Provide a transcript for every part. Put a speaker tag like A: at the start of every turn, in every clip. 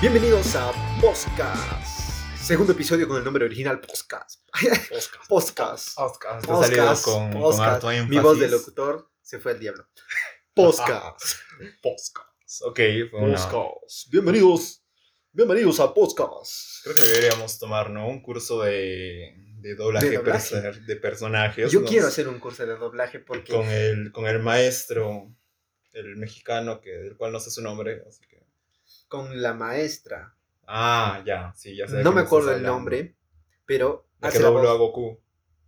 A: Bienvenidos a Podcast. Segundo episodio con el nombre original Podcast.
B: Podcast.
A: Podcast.
C: Ah,
B: Podcast.
C: Esto ha salido
A: Podcast,
C: con, con
A: podcast.
C: harto
A: Mi
C: énfasis.
A: voz de locutor se fue al diablo. Podcast.
C: Ah,
B: Podcast.
C: Ok, fue una-
B: Podcast. Bienvenidos. Bienvenidos a Podcast.
C: Creo que deberíamos tomar, ¿no? Un curso de, de doblaje
A: De doblaje.
C: perso- de personajes.
A: Yo
C: ¿no?
A: quiero hacer un curso de doblaje porque
C: Con el, con el maestro, el mexicano, que, del cual no sé su nombre. Así que...
A: con la maestra,
C: Ah, ya, sí, ya sé. de
A: no
C: quién
A: me
C: estás
A: acuerdo el
C: hablando.
A: nombre, pero
C: La que
A: hace la
C: dobló a
A: voz-
C: Goku.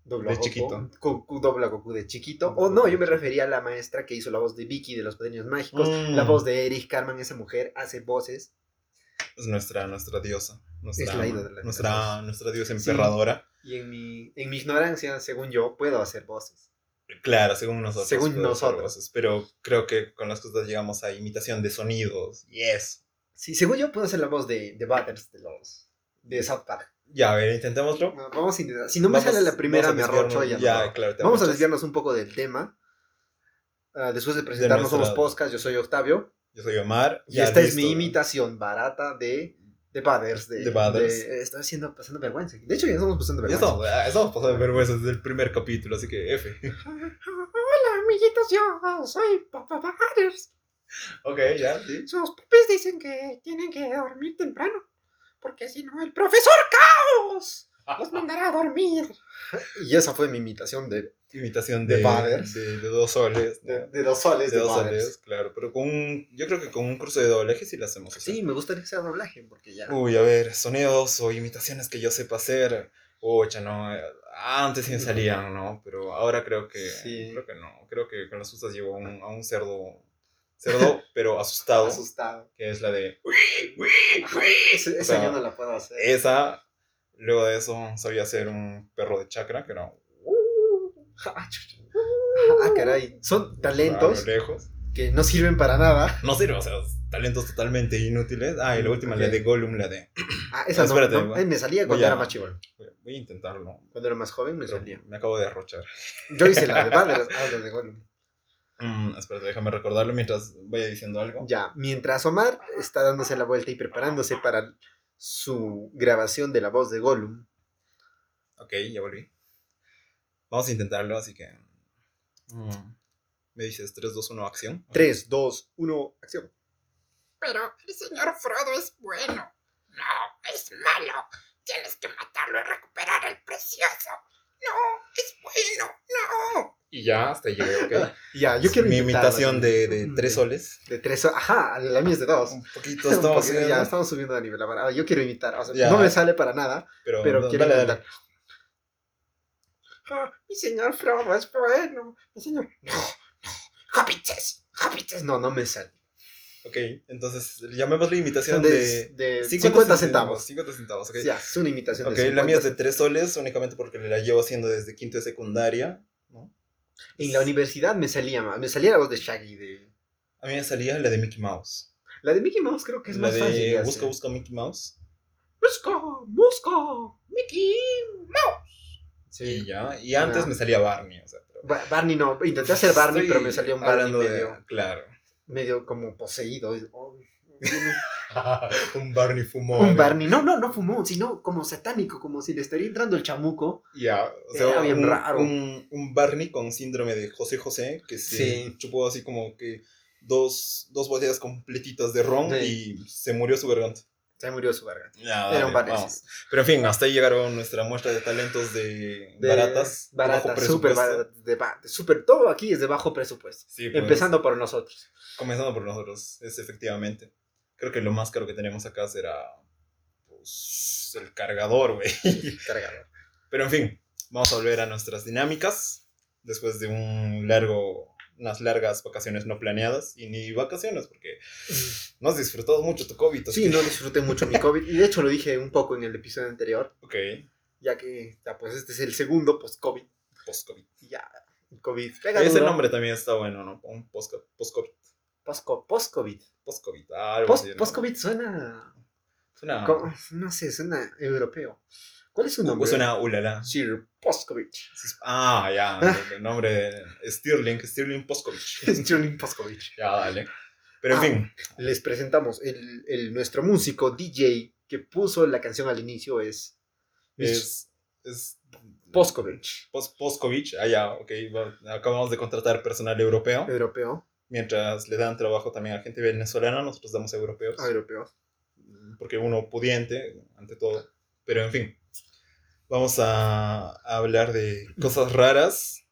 A: dobló
C: de
A: a Goku,
C: chiquito.
A: Goku dobla a Goku de chiquito. O no, yo me refería a la maestra que hizo la voz de Vicky de los Padrinos Mágicos.
C: Mm.
A: La voz de Erich Carman, esa mujer, hace voces.
C: Es nuestra, nuestra diosa. Nuestra,
A: la ídola de la-
C: nuestra, nuestra diosa
A: Sí.
C: emperradora.
A: Y en mi, en mi ignorancia, según yo, puedo hacer voces.
C: Claro, según nosotros.
A: Según
C: puede ser
A: nosotros.
C: voces, Pero creo que con las cosas llegamos a imitación de sonidos. Y eso.
A: Sí, según yo, puedo hacer la voz de, de Butters, de los... De South Park.
C: Ya, a ver, intentémoslo.
A: No, Vamos a intentar. Si no me
C: Vamos-
A: sale la primera,
C: vamos
A: me
C: a desviarnos-
A: arrocho. Ya, no lo
C: Ya,
A: hago.
C: claro. te
A: Vamos a
C: arrochas.
A: desviarnos un poco del tema. Ah, después de presentarnos somos
C: nuestra-
A: podcast, yo soy Octavio.
C: Yo soy Omar.
A: Y
C: ya,
A: esta es
C: listo.
A: mi imitación barata de, de Butters. De,
C: De Butters.
A: de- eh, estoy haciendo, pasando vergüenza. De hecho, ya estamos pasando
C: Ya
A: vergüenza.
C: estamos, ah, estamos pasando vergüenza desde el primer capítulo, así que F.
A: Hola, amiguitos, yo soy Papa Butters.
C: ok, ya, sí.
A: Sus papis dicen que tienen que dormir temprano, porque si no, el profesor Caos los mandará a dormir. Y esa fue mi imitación de,
C: Imitación
A: De
C: de,
A: Butters.
C: de, de dos soles. ¿no?
A: de, de dos soles
C: De
A: de,
C: dos
A: Butters.
C: soles, claro. Pero con un, yo creo que con un curso de doblaje sí lo hacemos. o sea.
A: Sí, me gustaría que sea doblaje, porque ya.
C: Uy, a ver, sonidos o imitaciones que yo sepa hacer. Ocha, no. eh, Antes sí me salían, ¿no? Pero ahora creo que.
A: Sí.
C: Creo que no. Creo que con las sustas llevo a un, a un cerdo. Cerdo, pero asustado.
A: asustado.
C: que es la de.
A: Esa, esa
C: sea,
A: yo no la puedo hacer.
C: Esa, luego de eso, sabía hacer un perro de chakra, que era
A: Ah, chucha. Ah, caray. Son
C: a
A: talentos
C: lo lejos.
A: que no sirven para nada.
C: No sirve, o sea, talentos totalmente inútiles. Ah, y
A: Mm,
C: la última, la de Gollum, la de.
A: Ah, esa no,
C: Espérate,
A: no.
C: va.
A: Ay, me salía cuando
C: Voy a-
A: era más chivón.
C: Voy a intentarlo,
A: Cuando era más joven me
C: pero
A: salía.
C: me acabo de arrochar.
A: Yo hice la de Butters. Ah, la de Gollum.
C: Mm, espérate, déjame recordarlo mientras vaya diciendo algo.
A: Ya, mientras Omar está dándose la vuelta y preparándose para su grabación de la voz de Gollum,
C: Ok, ya volví. Vamos a intentarlo, así que. mm, Me dices 3, 2, 1, acción.
A: 3, 2, 1, acción.
D: Pero el señor Frodo es bueno. No, es malo. Tienes que matarlo y recuperar el precioso. No, es bueno. No.
C: Y ya, hasta llegué, ok.
A: Ya, yo quiero
C: Ah, Mi
A: intentarlo
C: imitación de,
A: también.
C: de 3 soles.
A: De tres so- ajá, la mía es de 2.
C: Un poquito estamos haciendo,
A: ya estamos subiendo de nivel. la verdad. Ah, Yo quiero imitar, o sea,
C: Ya.
A: no me sale para nada,
C: pero,
A: pero
C: no,
A: quiero
C: dale, dale.
A: imitar. Ah, mi señor Frodo es bueno. Mi señor.
D: No, no. Hobbits, hobbits.
A: No, no me sale.
C: Ok, entonces llamémosle imitación
A: Son
C: de,
A: de, de 50,
C: 50
A: centavos.
C: 50 centavos, ok.
A: Ya, es una imitación
C: Ok,
A: de 50
C: la mía es de 3 soles únicamente porque la llevo haciendo desde quinto de secundaria. ¿no?
A: En la universidad me salía, ma- me salía la voz de Shaggy. De...
C: A mí me salía la de Mickey Mouse.
A: La de Mickey Mouse creo que es
C: la
A: más
C: de
A: fácil. de
C: Busca,
A: hacer.
C: busca Mickey Mouse.
D: Busco, busco. Mickey Mouse.
C: Y
A: Sí. Ah.
C: ya. Y antes
A: Ya.
C: me salía Barney. O sea, pero-
A: Ba- Barney no, intenté hacer Barney,
C: Estoy
A: pero me salió un Barney
C: hablando de-
A: medio,
C: Claro.
A: medio como poseído. es- oh,
C: un Barney fumó.
A: un Barney, no, no, no fumó, sino como satánico, como si le estaría entrando el chamuco.
C: Ya, o
A: Era
C: sea,
A: bien
C: un,
A: raro.
C: Un, un Barney con síndrome de José José que se
A: Sí.
C: chupó así como que dos, dos botellas completitas de ron
A: Sí.
C: y se murió su garganta.
A: Se murió su verga.
C: Ya,
A: Era un
C: dale,
A: Barney.
C: vamos. Pero en fin, hasta ahí llegaron nuestra muestra de talentos de,
A: De-
C: baratas. de bajo
A: Baratas, súper
C: presupuesto.
A: baratas. de ba- de súper- todo aquí es de bajo presupuesto.
C: Sí, pues,
A: Empezando por nosotros.
C: Comenzando por nosotros, es efectivamente. Creo que lo más caro que tenemos acá será pues, el cargador, güey.
A: Cargador.
C: Pero en fin, vamos a volver a nuestras dinámicas después de un largo, unas largas vacaciones no planeadas y ni vacaciones porque no has disfrutado mucho tu COVID. así
A: Mm. Sí,
C: que-
A: no disfruté mucho mi COVID. Y de hecho lo dije un poco en el episodio anterior,
C: Ok,
A: ya que ya, pues este es el segundo post-COVID.
C: post-COVID.
A: Y ya, el COVID. Pega
C: Ese
A: duro.
C: nombre también está bueno, ¿no? Un post-co- post-COVID.
A: Posco- Post-COVID.
C: Post-COVID. ah, algo así,
A: Post-
C: ¿no?
A: Post-COVID suena.
C: Suena-
A: como- No sé, suena europeo. ¿Cuál es su nombre?
C: Pues una ulala.
A: Sir Post-COVID.
C: Ah, ya. El nombre Stirling, Stirling Poskovich.
A: Stirling Post-COVID.
C: ya, dale. Pero en
A: Ah.
C: fin,
A: Les presentamos el, el- nuestro músico DJ que puso la canción al inicio es
C: es. es
A: Poskovich,
C: Pos- Poskovich, ah, ya, ok. va- acabamos de contratar personal europeo.
A: europeo,
C: Mientras le dan trabajo también a gente venezolana, nosotros damos europeos.
A: ah, europeo.
C: porque uno pudiente, ante todo. Pero en fin, vamos a, a hablar de cosas raras,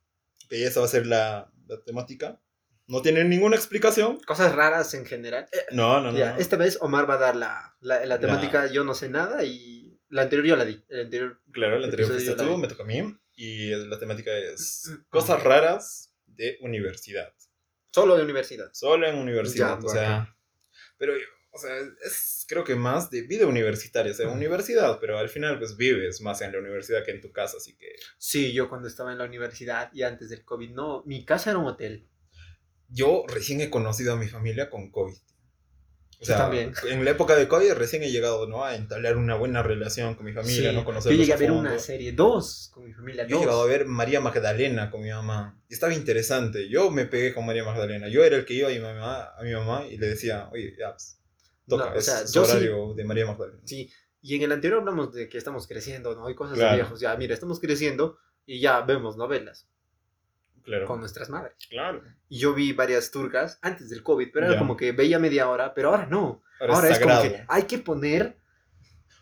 C: que esa va a ser la, la temática. No tiene ninguna explicación.
A: Cosas raras en general. Eh,
C: No, no, no.
A: ya,
C: no.
A: Esta vez Omar va a dar la, la, la temática Yo no sé nada y la anterior yo la di. El anterior
C: Claro, la anterior fuiste
A: episodio
C: tú,
A: la-
C: me toca a mí. Y la temática es cosas raras de universidad.
A: solo de universidad.
C: Solo en universidad,
A: Ya,
C: o sea. Pero, o sea, es creo que más de vida universitaria, o sea, universidad, pero al final pues vives más en la universidad que en tu casa, así que
A: Sí, yo cuando estaba en la universidad y antes del COVID, no, mi casa era un hotel.
C: Yo recién he conocido a mi familia con COVID. O
A: Yo
C: sea,
A: también.
C: en la época de COVID recién he llegado ¿no? a entablar una buena relación con mi familia,
A: Sí,
C: no
A: yo
C: conocer
A: llegué a ver una serie, dos, con mi familia.
C: Yo he
A: dos.
C: llegado a ver María Magdalena con mi mamá. Y estaba interesante. Yo me pegué con María Magdalena. Yo era el que iba a mi mamá, a mi mamá y le decía, oye, ya, pues, toca,
A: No, o sea,
C: es
A: yo sí-
C: horario de María Magdalena.
A: Sí, y en el anterior hablamos de que estamos creciendo, ¿no? Hay cosas de
C: Claro.
A: viejos. Ya, mira, estamos creciendo y ya vemos novelas
C: claro.
A: con nuestras madres.
C: claro.
A: Y yo vi varias turcas antes del COVID, pero era
C: Ya.
A: como que veía media hora, pero ahora no.
C: Ahora,
A: ahora
C: es
A: es como
C: sagrado.
A: que hay que poner.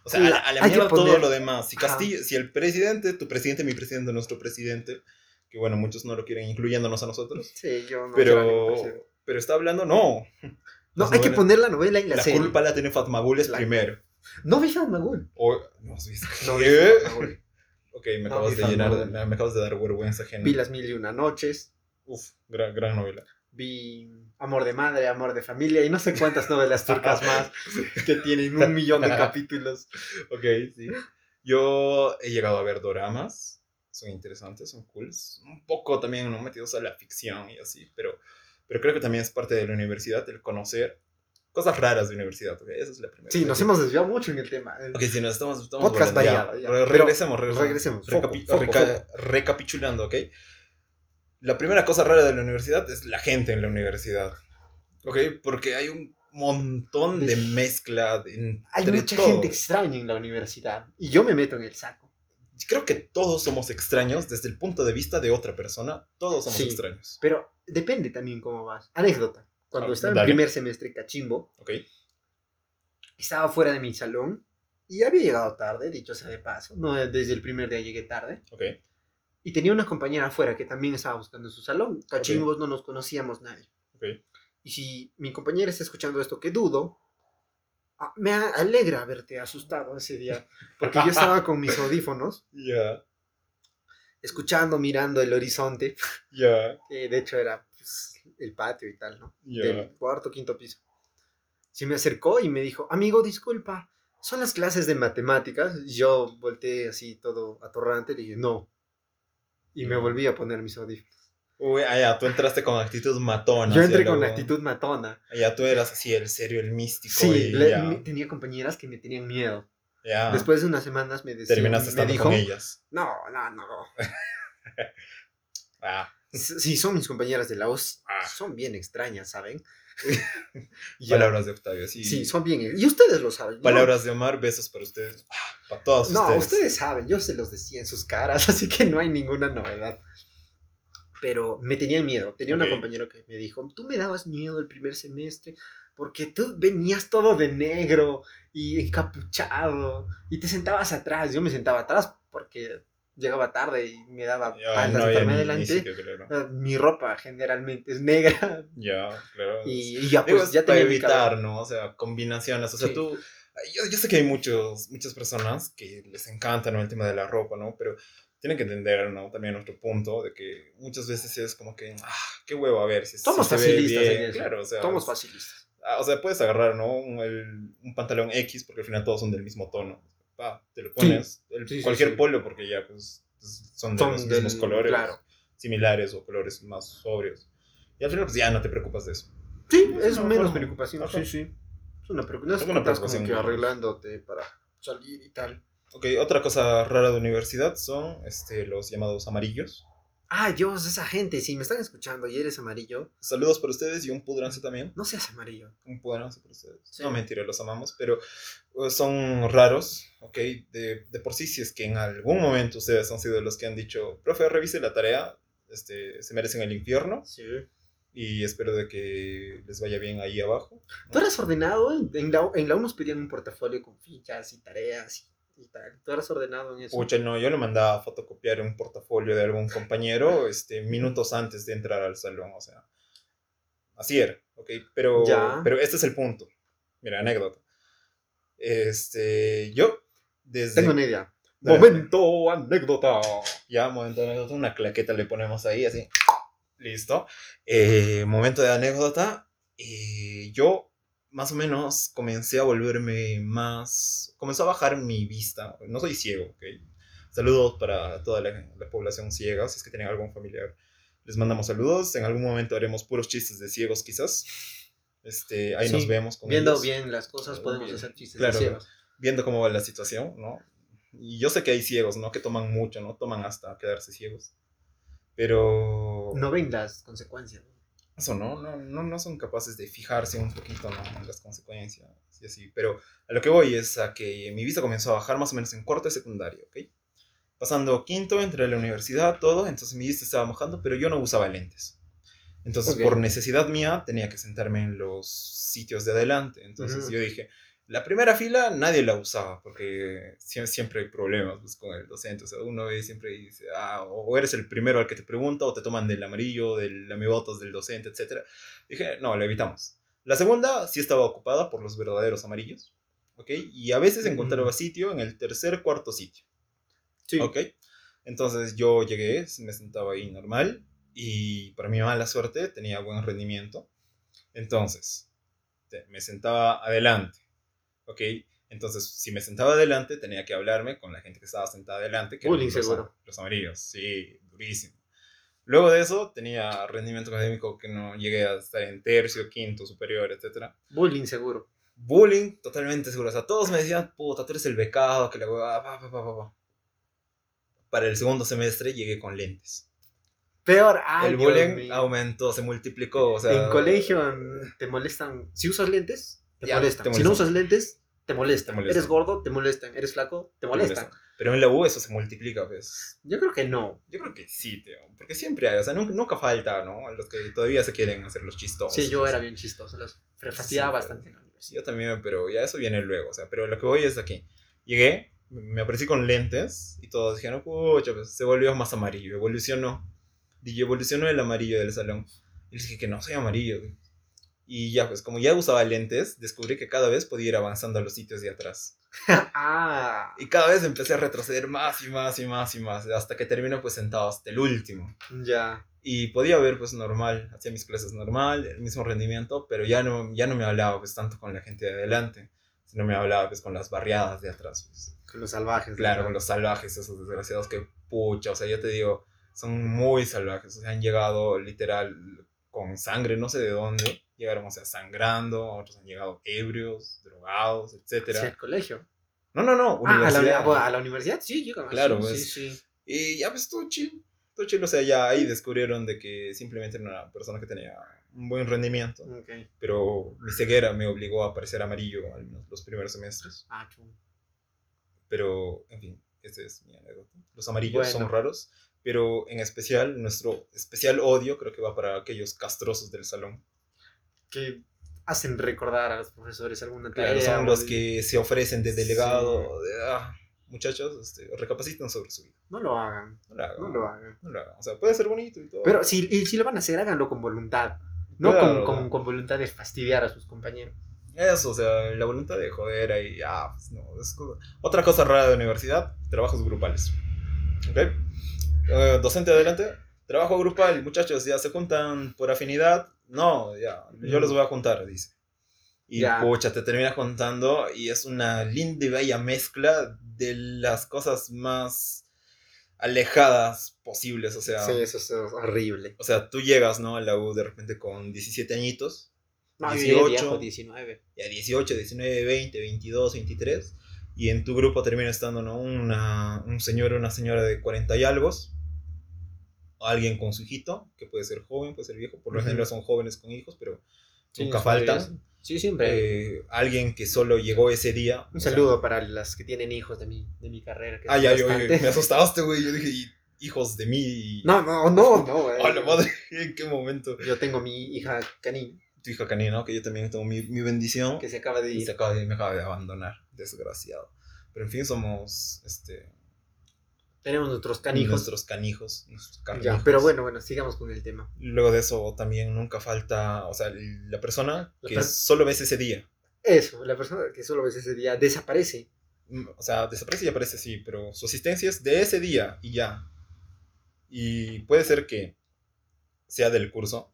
C: O sea, a la,
A: la-
C: a la
A: hay que
C: mierda todo
A: poner-
C: lo demás. Si
A: Ajá.
C: Castillo, si el presidente, tu presidente, mi presidente, nuestro presidente, que bueno, muchos no lo quieren, incluyéndonos a nosotros.
A: Sí, yo no quiero ningún presidente.
C: pero, pero está hablando, no.
A: No,
C: Las
A: hay que
C: novelas-
A: poner la novela y la,
C: La
A: serie.
C: culpa la tiene Fatmagules
A: La-
C: primero.
A: No vi Magul.
C: O, no has visto.
A: No vi
C: ¿Qué?
A: Magul.
C: Ok, me
A: No,
C: acabas
A: mi
C: de llenar, de-
A: Fatmagul.
C: me acabas de dar vergüenza ajena.
A: Vi Las Mil y Una Noches.
C: Uf, gran, gran novela.
A: Vi Amor de Madre, Amor de Familia y no sé cuántas novelas turcas más que tienen un millón de capítulos.
C: Ok, sí. Yo he llegado a ver doramas. Son interesantes, son cools. Un poco también ¿no? metidos a la ficción y así, pero, pero creo que también es parte de la universidad el conocer cosas raras de universidad. ok, Esa es la primera.
A: Sí, nos hemos desviado mucho en el tema.
C: Ok, sí, nos estamos, estamos
A: Podcast
C: volando,
A: variado,
C: ya.
A: ya.
C: Re-
A: Pero
C: regresemos, regresemos.
A: regresemos, foco,
C: Recapi-
A: foco,
C: reca- Recapitulando, ¿ok? La primera cosa rara de la universidad es la gente en la universidad. ¿Ok? Porque hay un montón
A: De-
C: de mezcla. de- entre
A: Hay mucha
C: todos.
A: gente extraña en la universidad y yo me meto en el saco.
C: Creo que todos somos extraños desde el punto de vista de otra persona. Todos somos
A: Sí.
C: extraños.
A: Pero depende también cómo vas. Anécdota. Cuando
C: Ah,
A: estaba
C: dale.
A: en primer semestre cachimbo,
C: ¿Ok?
A: estaba fuera de mi salón y había llegado tarde, dicho sea de paso. No, desde el primer día llegué tarde.
C: ¿Ok?
A: Y tenía una compañera afuera que también estaba buscando su salón. Cachimbos no nos conocíamos nadie.
C: ¿Ok?
A: Y si mi compañera está escuchando esto, que dudo, ah, me a- alegra haberte asustado ese día. Porque yo estaba con mis audífonos,
C: Ya,
A: escuchando, mirando el horizonte,
C: ya,
A: que Eh, de hecho era pues, el patio y tal, ¿no?
C: ya.
A: del cuarto, quinto piso. Se me acercó y me dijo, amigo, disculpa, son las clases de matemáticas. Yo volteé así todo atorrante, le dije, no. Y me volví a poner mis audífonos.
C: Uy, ah, ya, tú entraste con actitud matona.
A: Yo
C: hacia
A: entré con
C: lo-
A: la actitud matona.
C: Ah, Ya, tú eras así el serio, el místico.
A: Sí,
C: y
A: le-
C: ya,
A: me- tenía compañeras que me tenían miedo.
C: ya.
A: Después de unas semanas me, decía,
C: terminaste
A: me
C: estando
A: dijo,
C: con ellas.
A: no, no, no.
C: Ah,
A: S- Sí, son mis compañeras de la US.
C: Ah.
A: Son bien extrañas, ¿saben? Ya.
C: palabras de Octavio, sí.
A: Sí, son bien. Y ustedes lo saben. yo-
C: Palabras de Omar, besos para ustedes. Ah, Para todos
A: No,
C: ustedes.
A: ustedes. saben, yo se los decía en sus caras, así que no hay ninguna novedad. Pero me tenían miedo. Tenía
C: Ok.
A: una compañera que me dijo, tú me dabas miedo el primer semestre porque tú venías todo de negro y encapuchado y te sentabas atrás. Yo me sentaba atrás porque llegaba tarde y me daba
C: Ya,
A: pantas
C: no
A: Ah, de
C: había
A: estarme
C: ni- ni
A: adelante.
C: sitio, claro.
A: Eh, Mi ropa generalmente es negra
C: Ya, claro.
A: y, y ya
C: Digo,
A: pues
C: es
A: ya
C: para
A: tenía mi
C: evitar,
A: cabello.
C: ¿no? O sea, combinaciones. O sea,
A: Sí.
C: tú. Yo, yo sé que hay muchos, muchas personas que les encanta ¿no? el tema de la ropa, ¿no? Pero tienen que entender, ¿no? También nuestro punto de que muchas veces es como que, ah, qué huevo, a ver si si
A: Somos
C: se ve
A: facilistas
C: bien.
A: en eso.
C: Claro, o sea,
A: Somos facilistas.
C: Ah, o sea, puedes agarrar, ¿no? Un, el- un pantalón X, porque al final todos son del mismo tono. Pa, te lo pones. El-
A: Sí, sí,
C: cualquier
A: sí.
C: polo, porque ya, pues, es- son de
A: Son
C: los
A: del-
C: mismos colores.
A: claro.
C: Similares o colores más sobrios. Y al final, pues, ya no te preocupas de eso.
A: Sí,
C: Es
A: es
C: una
A: menos
C: forma.
A: preocupación.
C: Ajá.
A: Sí, sí. Es una preocupación.
C: Es
A: Es
C: una
A: una preocupación.
C: preocupación.
A: que arreglándote para salir y tal.
C: Ok, otra cosa rara de universidad son este, los llamados amarillos.
A: Ah, Dios, esa gente, si me están escuchando y eres amarillo,
C: Saludos para ustedes y un pudranzo también.
A: no seas amarillo.
C: Un pudranzo para ustedes.
A: Sí.
C: No, mentira, los amamos, pero eh, son raros, ¿ok? De, de por sí, si es que en algún momento ustedes han sido los que han dicho, profe, revise la tarea, este, se merecen el infierno
A: Sí.
C: y espero de que les vaya bien ahí abajo.
A: Tú eras ordenado, en, en la, en la U nos pedían un portafolio con fichas y tareas y, y tal. Tú eras ordenado en eso.
C: Pucha, no, yo le mandaba a fotocopiar un portafolio de algún compañero este, minutos antes de entrar al salón, o sea. Así era, ¿ok? Pero,
A: Ya.
C: pero este es el punto. Mira, anécdota. Este, yo, desde...
A: Tengo una idea.
C: Dale.
B: Momento anécdota.
C: Ya, momento de anécdota, una claqueta le ponemos ahí, así. Listo. Eh, momento de anécdota. eh, yo más o menos comencé a volverme más... Comenzó a bajar mi vista. No soy ciego, ¿ok? Saludos para toda la, la población ciega, si es que tienen algún familiar. Les mandamos saludos. En algún momento haremos puros chistes de ciegos, quizás. Este, ahí
A: Sí,
C: nos vemos. Con
A: Viendo
C: ellos
A: bien las cosas
C: Muy
A: podemos
C: bien.
A: hacer chistes
C: Claro.
A: de ciegos.
C: viendo cómo va la situación, ¿no? Y yo sé que hay ciegos, ¿no? Que toman mucho, ¿no? Toman hasta quedarse ciegos. Pero...
A: No ven las consecuencias. ¿no?
C: Eso, ¿no? No, no, no son capaces de fijarse un poquito, ¿no? En las consecuencias y así. Pero a lo que voy es a que mi vista comenzó a bajar más o menos en cuarto de secundaria, ¿ok? Pasando quinto, entré a la universidad, todo. Entonces mi vista estaba bajando, pero yo no usaba lentes. Entonces,
A: Ok.
C: por necesidad mía, tenía que sentarme en los sitios de adelante. Entonces
A: Ujú.
C: yo dije, la primera fila nadie la usaba, porque sie- siempre hay problemas pues, con el docente. O sea, uno ve siempre y dice, ah, o eres el primero al que te pregunta, o te toman del amarillo, del amigotos del docente, etc. Dije, no, la evitamos. La segunda sí estaba ocupada por los verdaderos amarillos, ¿ok? Y a veces
A: Ujú.
C: encontraba sitio en el tercer, cuarto sitio.
A: Sí.
C: ¿Ok? Entonces yo llegué, me sentaba ahí normal y para mi mala suerte tenía buen rendimiento. Entonces, te- me sentaba adelante. ¿Ok? Entonces, si me sentaba adelante, tenía que hablarme con la gente que estaba sentada adelante, que
A: Bullying,
C: los, am-
A: seguro.
C: los amarillos. Sí, durísimo. Luego de eso, tenía rendimiento académico que no llegué a estar en tercio, quinto, superior, etcétera
A: Bullying seguro.
C: bullying, totalmente seguro. O sea, todos me decían, puta, tú eres el becado, que la huevada, pa, pa, pa, pa, pa. Para el segundo semestre llegué con lentes.
A: Peor. Ay,
C: el
A: Dios
C: bullying
A: mío.
C: aumentó, se multiplicó. O sea,
A: en colegio mm, te molestan. Si usas lentes, te,
C: Ya,
A: molestan.
C: te
A: Si no
C: molestan.
A: usas lentes, te molestan.
C: Te molestan.
A: Eres gordo, te molestan. Eres flaco, te
C: te
A: molestan.
C: Pero en la U eso se multiplica, pues.
A: Yo creo que no.
C: Yo creo que sí, tío. Porque siempre hay, o sea, nunca, nunca falta, ¿no? Los que todavía se quieren hacer los chistosos.
A: Sí, yo era bien chistoso. Los fastidiaba
C: Sí,
A: bastante en la
C: Sí,
A: universidad.
C: pues, Yo también, pero ya eso viene luego, o sea, pero lo que voy es aquí. Llegué, me aparecí con lentes y todos dijeron, pucha, pues, se volvió más amarillo, evolucionó. Y evolucionó el amarillo del salón. Y les dije que no, soy amarillo. güey. Y ya, pues como ya usaba lentes, descubrí que cada vez podía ir avanzando a los sitios de atrás.
A: Ah,
C: Y cada vez empecé a retroceder más y más y más y más, hasta que termino pues sentado hasta el último
A: ya.
C: y podía ver pues normal, hacía mis clases normal, el mismo rendimiento, pero ya no, ya no me hablaba pues tanto con la gente de adelante, sino me hablaba pues con las barriadas de atrás. pues.
A: Con los salvajes.
C: Claro,
A: ¿no?
C: con los salvajes, esos desgraciados que pucha, o sea, yo te digo, son muy salvajes, o sea, han llegado literal con sangre, no sé de dónde, llegaron, o sea, sangrando, otros han llegado ebrios, drogados, etcétera.
A: Sí, al colegio.
C: No, no, no,
A: Ah, a la,
C: universidad.
A: a la universidad sí llegan. así,
C: Claro,
A: sí,
C: pues.
A: sí.
C: Y ya pues todo chill, todo chill, o sea, ya ahí descubrieron de que simplemente era una persona que tenía un buen rendimiento,
A: Ok.
C: pero mi ceguera me obligó a parecer amarillo al menos los primeros semestres,
A: Ah, chum.
C: pero en fin, ese es mi anécdota. Los amarillos son
A: Bueno.
C: raros, pero en especial, nuestro especial odio creo que va para aquellos castrosos del salón,
A: Que hacen recordar a los profesores alguna
C: claro,
A: tarea
C: son
A: o
C: los
A: de-
C: que se ofrecen de
A: Sí.
C: delegado, de, ah, muchachos, este, recapaciten sobre su vida,
A: No lo hagan,
C: no lo hagan,
A: no lo hagan.
C: no lo hagan. o sea, puede ser bonito y todo.
A: Pero si, y si lo van a hacer, háganlo con voluntad. No
C: Claro.
A: con, con, con voluntad de fastidiar a sus compañeros.
C: Eso, o sea, la voluntad de joder ahí, ah, pues no, es cosa- Otra cosa rara de universidad, trabajos grupales. ¿Ok? Eh, docente adelante, trabajo grupal, muchachos, ya se juntan por afinidad. No, ya, yo los voy a juntar, dice. Y
A: Ya.
C: pucha, te terminas juntando y es una linda y bella mezcla de las cosas más alejadas posibles, o sea...
A: eso es horrible.
C: O sea, tú llegas, ¿no? A la U de repente con 17 añitos,
A: No,
C: 18.
A: 18, 19.
C: ya 18, 19, 20, 22, 23, y en tu grupo termina estando ¿no? una, un señor o una señora de 40 y algo, o alguien con su hijito, que puede ser joven, puede ser viejo, por lo
A: Ujú.
C: general son jóvenes con hijos, pero
A: Sí,
C: nunca
A: nos
C: faltan.
A: podrías- Sí, siempre.
C: Eh, alguien que solo llegó ese día.
A: Un
C: o sea,
A: saludo para las que tienen hijos de mi, de mi carrera. que
C: Ah,
A: son
C: ya, yo,
A: bastante.
C: me asustaste, güey. Yo dije, "Y- hijos de mí. y-
A: No, no, no, no, güey.
C: ¡A la madre! ¿En qué momento?
A: Yo tengo mi hija Canina,
C: Tu hija canina, que yo también tengo mi, mi bendición.
A: que se acaba de
C: Y se
A: ir.
C: acaba de, me acaba de abandonar, desgraciado. Pero en fin, somos este,
A: Tenemos nuestros canijos.
C: nuestros canijos, nuestros
A: Ya,
C: carnijos.
A: pero bueno, bueno, sigamos con el tema.
C: Luego de eso también nunca falta, o sea, la persona
A: La
C: que
A: per-
C: solo ves ese día.
A: Eso, la persona que solo ves ese día desaparece.
C: Mm, O sea, desaparece y aparece, sí, pero su asistencia es de ese día y ya. Y puede ser que sea del curso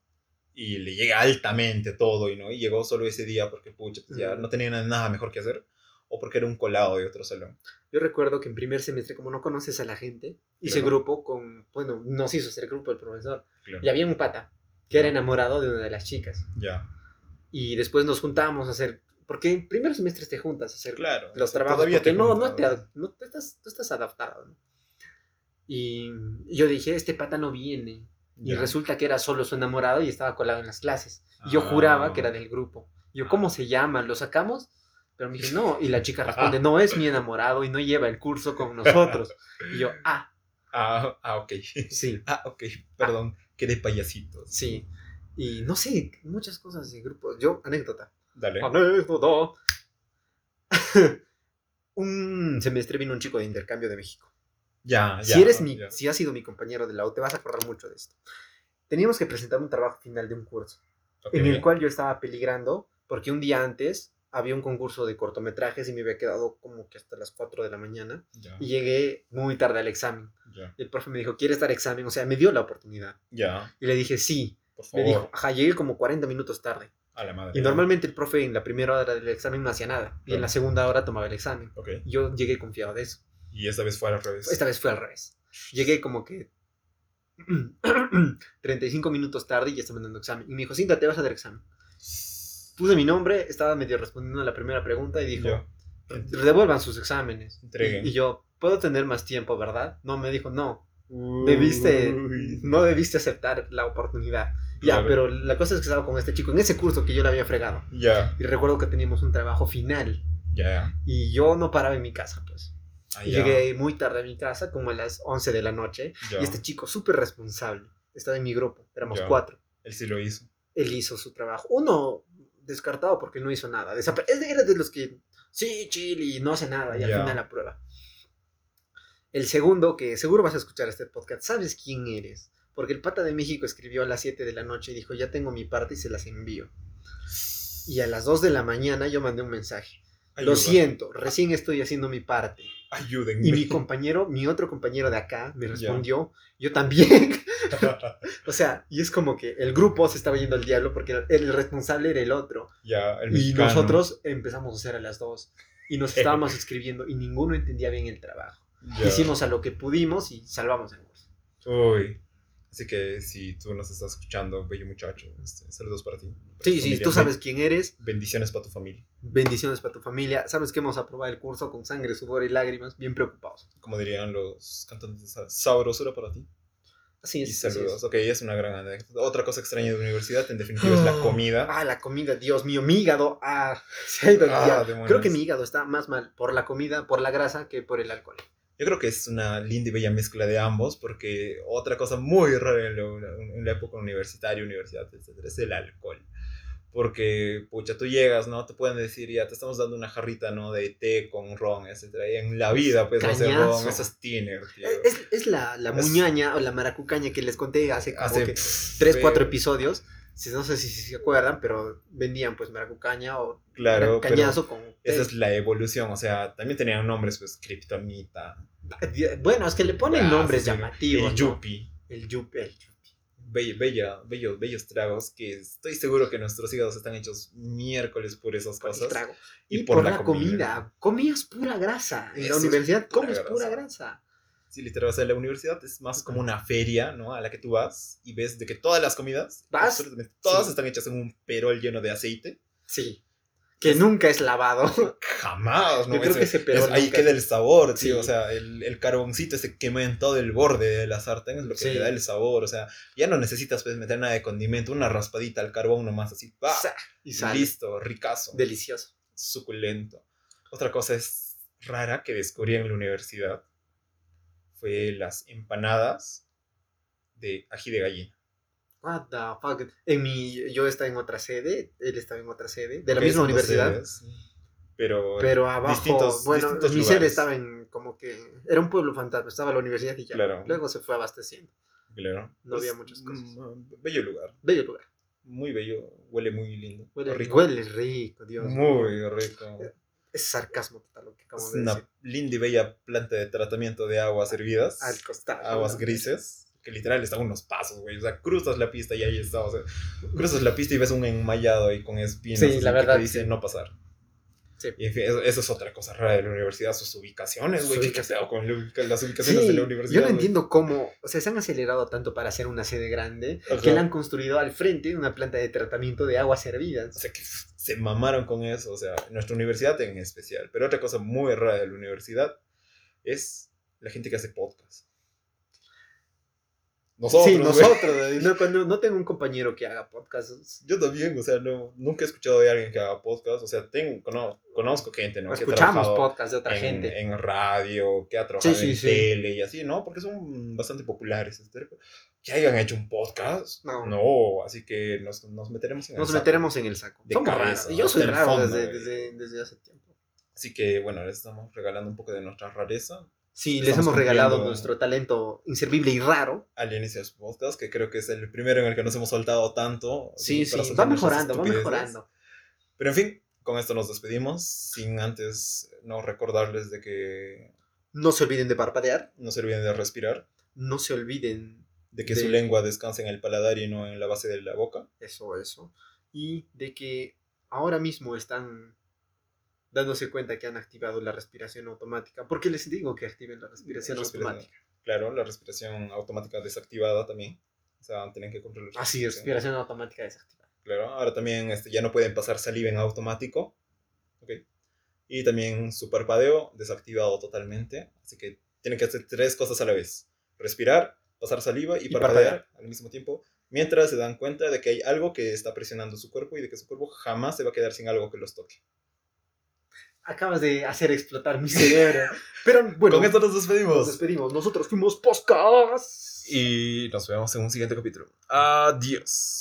C: y le llegue altamente todo y no, y llegó solo ese día porque pucha, pues ya
A: Mm.
C: no tenía nada mejor que hacer o porque era un colado de otro salón.
A: Yo recuerdo que en primer semestre, como no conoces a la gente, hice
C: Claro.
A: grupo con, bueno, nos hizo ser grupo el profesor.
C: Claro.
A: Y había un pata que era enamorado de una de las chicas.
C: Ya.
A: Y después nos juntábamos a hacer, porque en primer semestre te juntas a hacer
C: Claro.
A: los
C: o sea,
A: trabajos,
C: todavía
A: porque
C: te
A: no, no, te,
C: juntas.
A: ad- no te estás, tú estás adaptado. ¿no? Y yo dije, este pata no viene. Y
C: Ya.
A: resulta que era solo su enamorado y estaba colado en las clases. Y yo
C: Ah.
A: juraba que era del grupo. Y Yo, ¿cómo se llama? ¿Lo sacamos? Pero me dije, no. Y la chica responde, no es mi enamorado y no lleva el curso con nosotros. Y yo, ah,
C: Ah, ah, ok.
A: sí,
C: Ah, ok. Perdón, quedé payasito.
A: sí. Y no sé, muchas cosas de grupo. Yo, anécdota.
C: Dale.
A: Anécdota. un semestre vino un chico de intercambio de México.
C: Ya, Ah, ya.
A: si eres mi,
C: ya.
A: si has sido mi compañero de la U, te vas a acordar mucho de esto. Teníamos que presentar un trabajo final de un curso,
C: Ok.
A: en el cual yo estaba peligrando, porque un día antes había un concurso de cortometrajes y me había quedado como que hasta las 4 de la mañana
C: Ya,
A: y llegué muy tarde al examen.
C: ya,
A: Y el profe me dijo, ¿quieres dar examen? O sea, me dio la oportunidad.
C: ya,
A: Y le dije, sí.
C: por favor.
A: Me dijo, ajá, llegué como 40 minutos tarde.
C: a la madre.
A: Y normalmente el profe en la primera hora del examen no hacía nada. Y en la
C: Claro.
A: segunda hora tomaba el examen.
C: Ok.
A: Yo llegué confiado de eso.
C: Y esta vez fue al revés.
A: Esta vez fue al revés. Llegué como que 35 minutos tarde y ya estaba dando examen. Y me dijo, Cinta, te vas a dar examen. Puse mi nombre, estaba medio respondiendo a la primera pregunta y dijo,
C: Ya.
A: devuelvan sus exámenes.
C: Entreguen.
A: Y, y yo, puedo tener más tiempo, ¿verdad? No, me dijo, no, debiste,
C: Uy.
A: no debiste aceptar la oportunidad. Ya,
C: Claro.
A: pero la cosa es que estaba con este chico en ese curso que yo le había fregado.
C: Ya,
A: Y recuerdo que teníamos un trabajo final
C: ya.
A: y yo no paraba en mi casa, pues.
C: Ah,
A: Y
C: ya,
A: llegué muy tarde a mi casa, como a las 11 de la noche.
C: ya.
A: Y este chico súper responsable estaba en mi grupo, éramos
C: Ya.
A: cuatro.
C: Él sí lo hizo.
A: Él hizo su trabajo. Uno descartado porque no hizo nada. desapa- él era de los que, sí, chile, y no hace nada, y
C: Ya.
A: al final la prueba. El segundo, que seguro vas a escuchar este podcast, sabes quién eres. Porque el pata de México escribió a las 7 de la noche y dijo, ya tengo mi parte y se las envío. Y a las 2 de la mañana yo mandé un mensaje. Lo
C: Ayuda.
A: siento, recién estoy haciendo mi parte.
C: Ayúdenme.
A: Y mi compañero, mi otro compañero de acá, me respondió, yo también. O sea, y es como que el grupo se estaba yendo al diablo porque el, el responsable era el otro.
C: ya, el
A: y
C: mexicano.
A: nosotros empezamos a hacer a las dos. Y nos estábamos escribiendo y ninguno entendía bien el trabajo.
C: Ya.
A: Hicimos a lo que pudimos y salvamos el curso.
C: Uy. Así que si tú nos estás escuchando, bello muchacho, este, saludos para ti. para tu
A: Sí, sí,
C: familia.
A: tú sabes quién eres.
C: Bendiciones para tu familia.
A: Bendiciones para tu familia. Sabes que hemos aprobado el curso con sangre, sudor y lágrimas, bien preocupados.
C: Como dirían los cantantes de sa- sabrosura para ti.
A: Así
C: Y
A: es. así
C: saludos.
A: es.
C: Ok, es una gran anécdota. Otra cosa extraña de la universidad, en definitiva, es la comida.
A: Ah, la comida, Dios mío, mi hígado. Ah, se ha ido al
C: Ah,
A: diablo.
C: demonios.
A: Creo que mi hígado está más mal por la comida, por la grasa que por el alcohol.
C: Yo creo que es una linda y bella mezcla de ambos, porque otra cosa muy rara en la, en la época universitaria, universidad, etcétera, es el alcohol. Porque, pucha, tú llegas, ¿no? Te pueden decir, ya te estamos dando una jarrita, ¿no? De té con ron, etcétera. Y en la vida, pues, no hacer
A: Cañazo.
C: ron, eso es tiner, tío.
A: Eh, Es, es la, la
C: Es-
A: muñaña o la maracucaña que les conté hace como
C: Hace
A: que
C: pff,
A: tres,
C: feo.
A: cuatro episodios. Si- No sé si, si se acuerdan, pero vendían pues maracucaña o
C: Claro, pero
A: cañazo con...
C: esa es la evolución. O sea, también tenían nombres, pues, Kryptonita,
A: Eh, Bueno, es que le ponen
C: Ah,
A: nombres
C: sí, sí,
A: llamativos.
C: el
A: ¿no?
C: Yuppie.
A: El yupi. El yupi.
C: Bella, bella, bellos, bellos tragos que estoy seguro que nuestros hígados están hechos miércoles por esas
A: por el
C: cosas.
A: trago. Y, por, la comida. Comías pura grasa. En
C: Eso
A: la
C: es
A: universidad
C: pura
A: comes pura
C: grasa.
A: grasa.
C: Sí, literal, o sea, la universidad es más como una feria, ¿no? A la que tú vas y ves de que todas las comidas,
A: Vas,
C: absolutamente todas
A: sí.
C: están hechas en un perol lleno de aceite
A: Sí. que nunca es lavado.
C: Jamás, ¿no?
A: Yo creo
C: Ese-
A: que ese
C: es-
A: perón
C: ahí
A: nunca-
C: queda el sabor, sí.
A: Sí.
C: O sea, el, el carboncito se quema en todo el borde de la sartén, es lo que
A: Sí.
C: le da el sabor. O sea, ya no necesitas pues, meter nada de condimento, una raspadita al carbón nomás, así, ¡pa!
A: Sa- Y sale
C: Listo, ricazo,
A: delicioso.
C: suculento. Otra cosa es rara que descubrí en la universidad fue las empanadas de ají de gallina.
A: What the fuck. En mi, yo estaba en otra sede, él estaba en otra sede, de la
C: Ok,
A: misma
C: son dos
A: universidad.
C: sedes, Pero,
A: Pero abajo,
C: distintos-
A: bueno,
C: distintos
A: mi sede
C: lugares.
A: estaba en como que. Era un pueblo fantasma, estaba la universidad y ya.
C: Claro.
A: Luego se fue abasteciendo.
C: claro, Pues,
A: no había muchas cosas.
C: mm, Bello lugar.
A: Bello lugar.
C: Muy bello, huele muy lindo.
A: Huele rico.
C: rico.
A: Huele rico, Dios.
C: Muy rico.
A: Es sarcasmo total lo que acabo
C: Es
A: de decir.
C: una linda y bella planta de tratamiento de aguas hervidas,
A: Al costado.
C: aguas grises, que literal está a unos pasos, güey. O sea, cruzas la pista y ahí está. O sea, cruzas la pista y ves un enmayado ahí con espinas
A: Sí,
C: así
A: la
C: que
A: verdad,
C: te dice no pasar.
A: Sí.
C: Y en fin, eso, eso es otra cosa rara de la universidad, sus ubicaciones, güey.
A: Sus
C: ¿Qué
A: ubicaciones.
C: pedo con la ubica- las
A: Sí,
C: ubicaciones de la universidad?
A: yo no
C: güey?
A: entiendo cómo, o sea, se han acelerado tanto para hacer una sede grande
C: Ajá.
A: que la han construido al frente una planta de tratamiento de aguas hervidas.
C: O sea, que se mamaron con eso, o sea, nuestra universidad en especial. Pero otra cosa muy rara de la universidad es la gente que hace podcast. Nosotros,
A: sí,
C: güey.
A: nosotros. No, cuando no tengo un compañero que haga podcast,
C: Yo también, o sea, no, nunca he escuchado de alguien que haga podcast. O sea, tengo, cono- conozco gente, ¿no? Que ha
A: escuchamos
C: trabajado
A: podcast de otra
C: en,
A: gente.
C: en radio, que ha trabajado
A: sí,
C: en
A: sí.
C: tele y así, ¿no? Porque son bastante populares. etcétera. Que hayan hecho un podcast.
A: No.
C: así que nos, nos meteremos en el
A: Nos
C: saco.
A: meteremos en el saco.
C: De
A: Somos
C: cabeza,
A: raros. Yo soy
C: hasta el
A: raro
C: fondo,
A: desde,
C: güey.
A: desde- desde hace tiempo.
C: Así que, bueno, les estamos regalando un poco de nuestra rareza.
A: Sí, les
C: Estamos
A: hemos regalado
C: cumpliendo.
A: nuestro talento inservible y raro.
C: al inicio de su podcast, que creo que es el primero en el que nos hemos saltado tanto.
A: Sí,
C: para
A: sí,
C: soltar
A: va
C: nuestras
A: mejorando, va
C: estupideces.
A: mejorando.
C: Pero en fin, con esto nos despedimos, sin antes no recordarles de que
A: No se olviden de parpadear,
C: no se olviden de respirar,
A: no se olviden
C: de que
A: De-
C: su lengua descanse en el paladar y no en la base de la boca.
A: eso, eso, y de que ahora mismo están dándose cuenta que han activado la respiración automática, porque les digo que activen la respiración
C: Respiración.
A: automática.
C: Claro, la respiración automática desactivada también. O sea, tienen que controlar. su
A: Así, respiración automática desactivada.
C: Claro, ahora también este, ya no pueden pasar saliva en automático. Ok. Y también su parpadeo desactivado totalmente. Así que tienen que hacer tres cosas a la vez. Respirar, pasar saliva y,
A: Y
C: parpadear,
A: parpadear.
C: al mismo tiempo. Mientras se dan cuenta de que hay algo que está presionando su cuerpo y de que su cuerpo jamás se va a quedar sin algo que los toque.
A: Acabas de hacer explotar mi cerebro. Pero bueno,
C: Con esto nos
A: nos
C: despedimos.
A: despedimos. Nosotros fuimos podcast.
C: Y nos vemos en un siguiente capítulo. Adiós.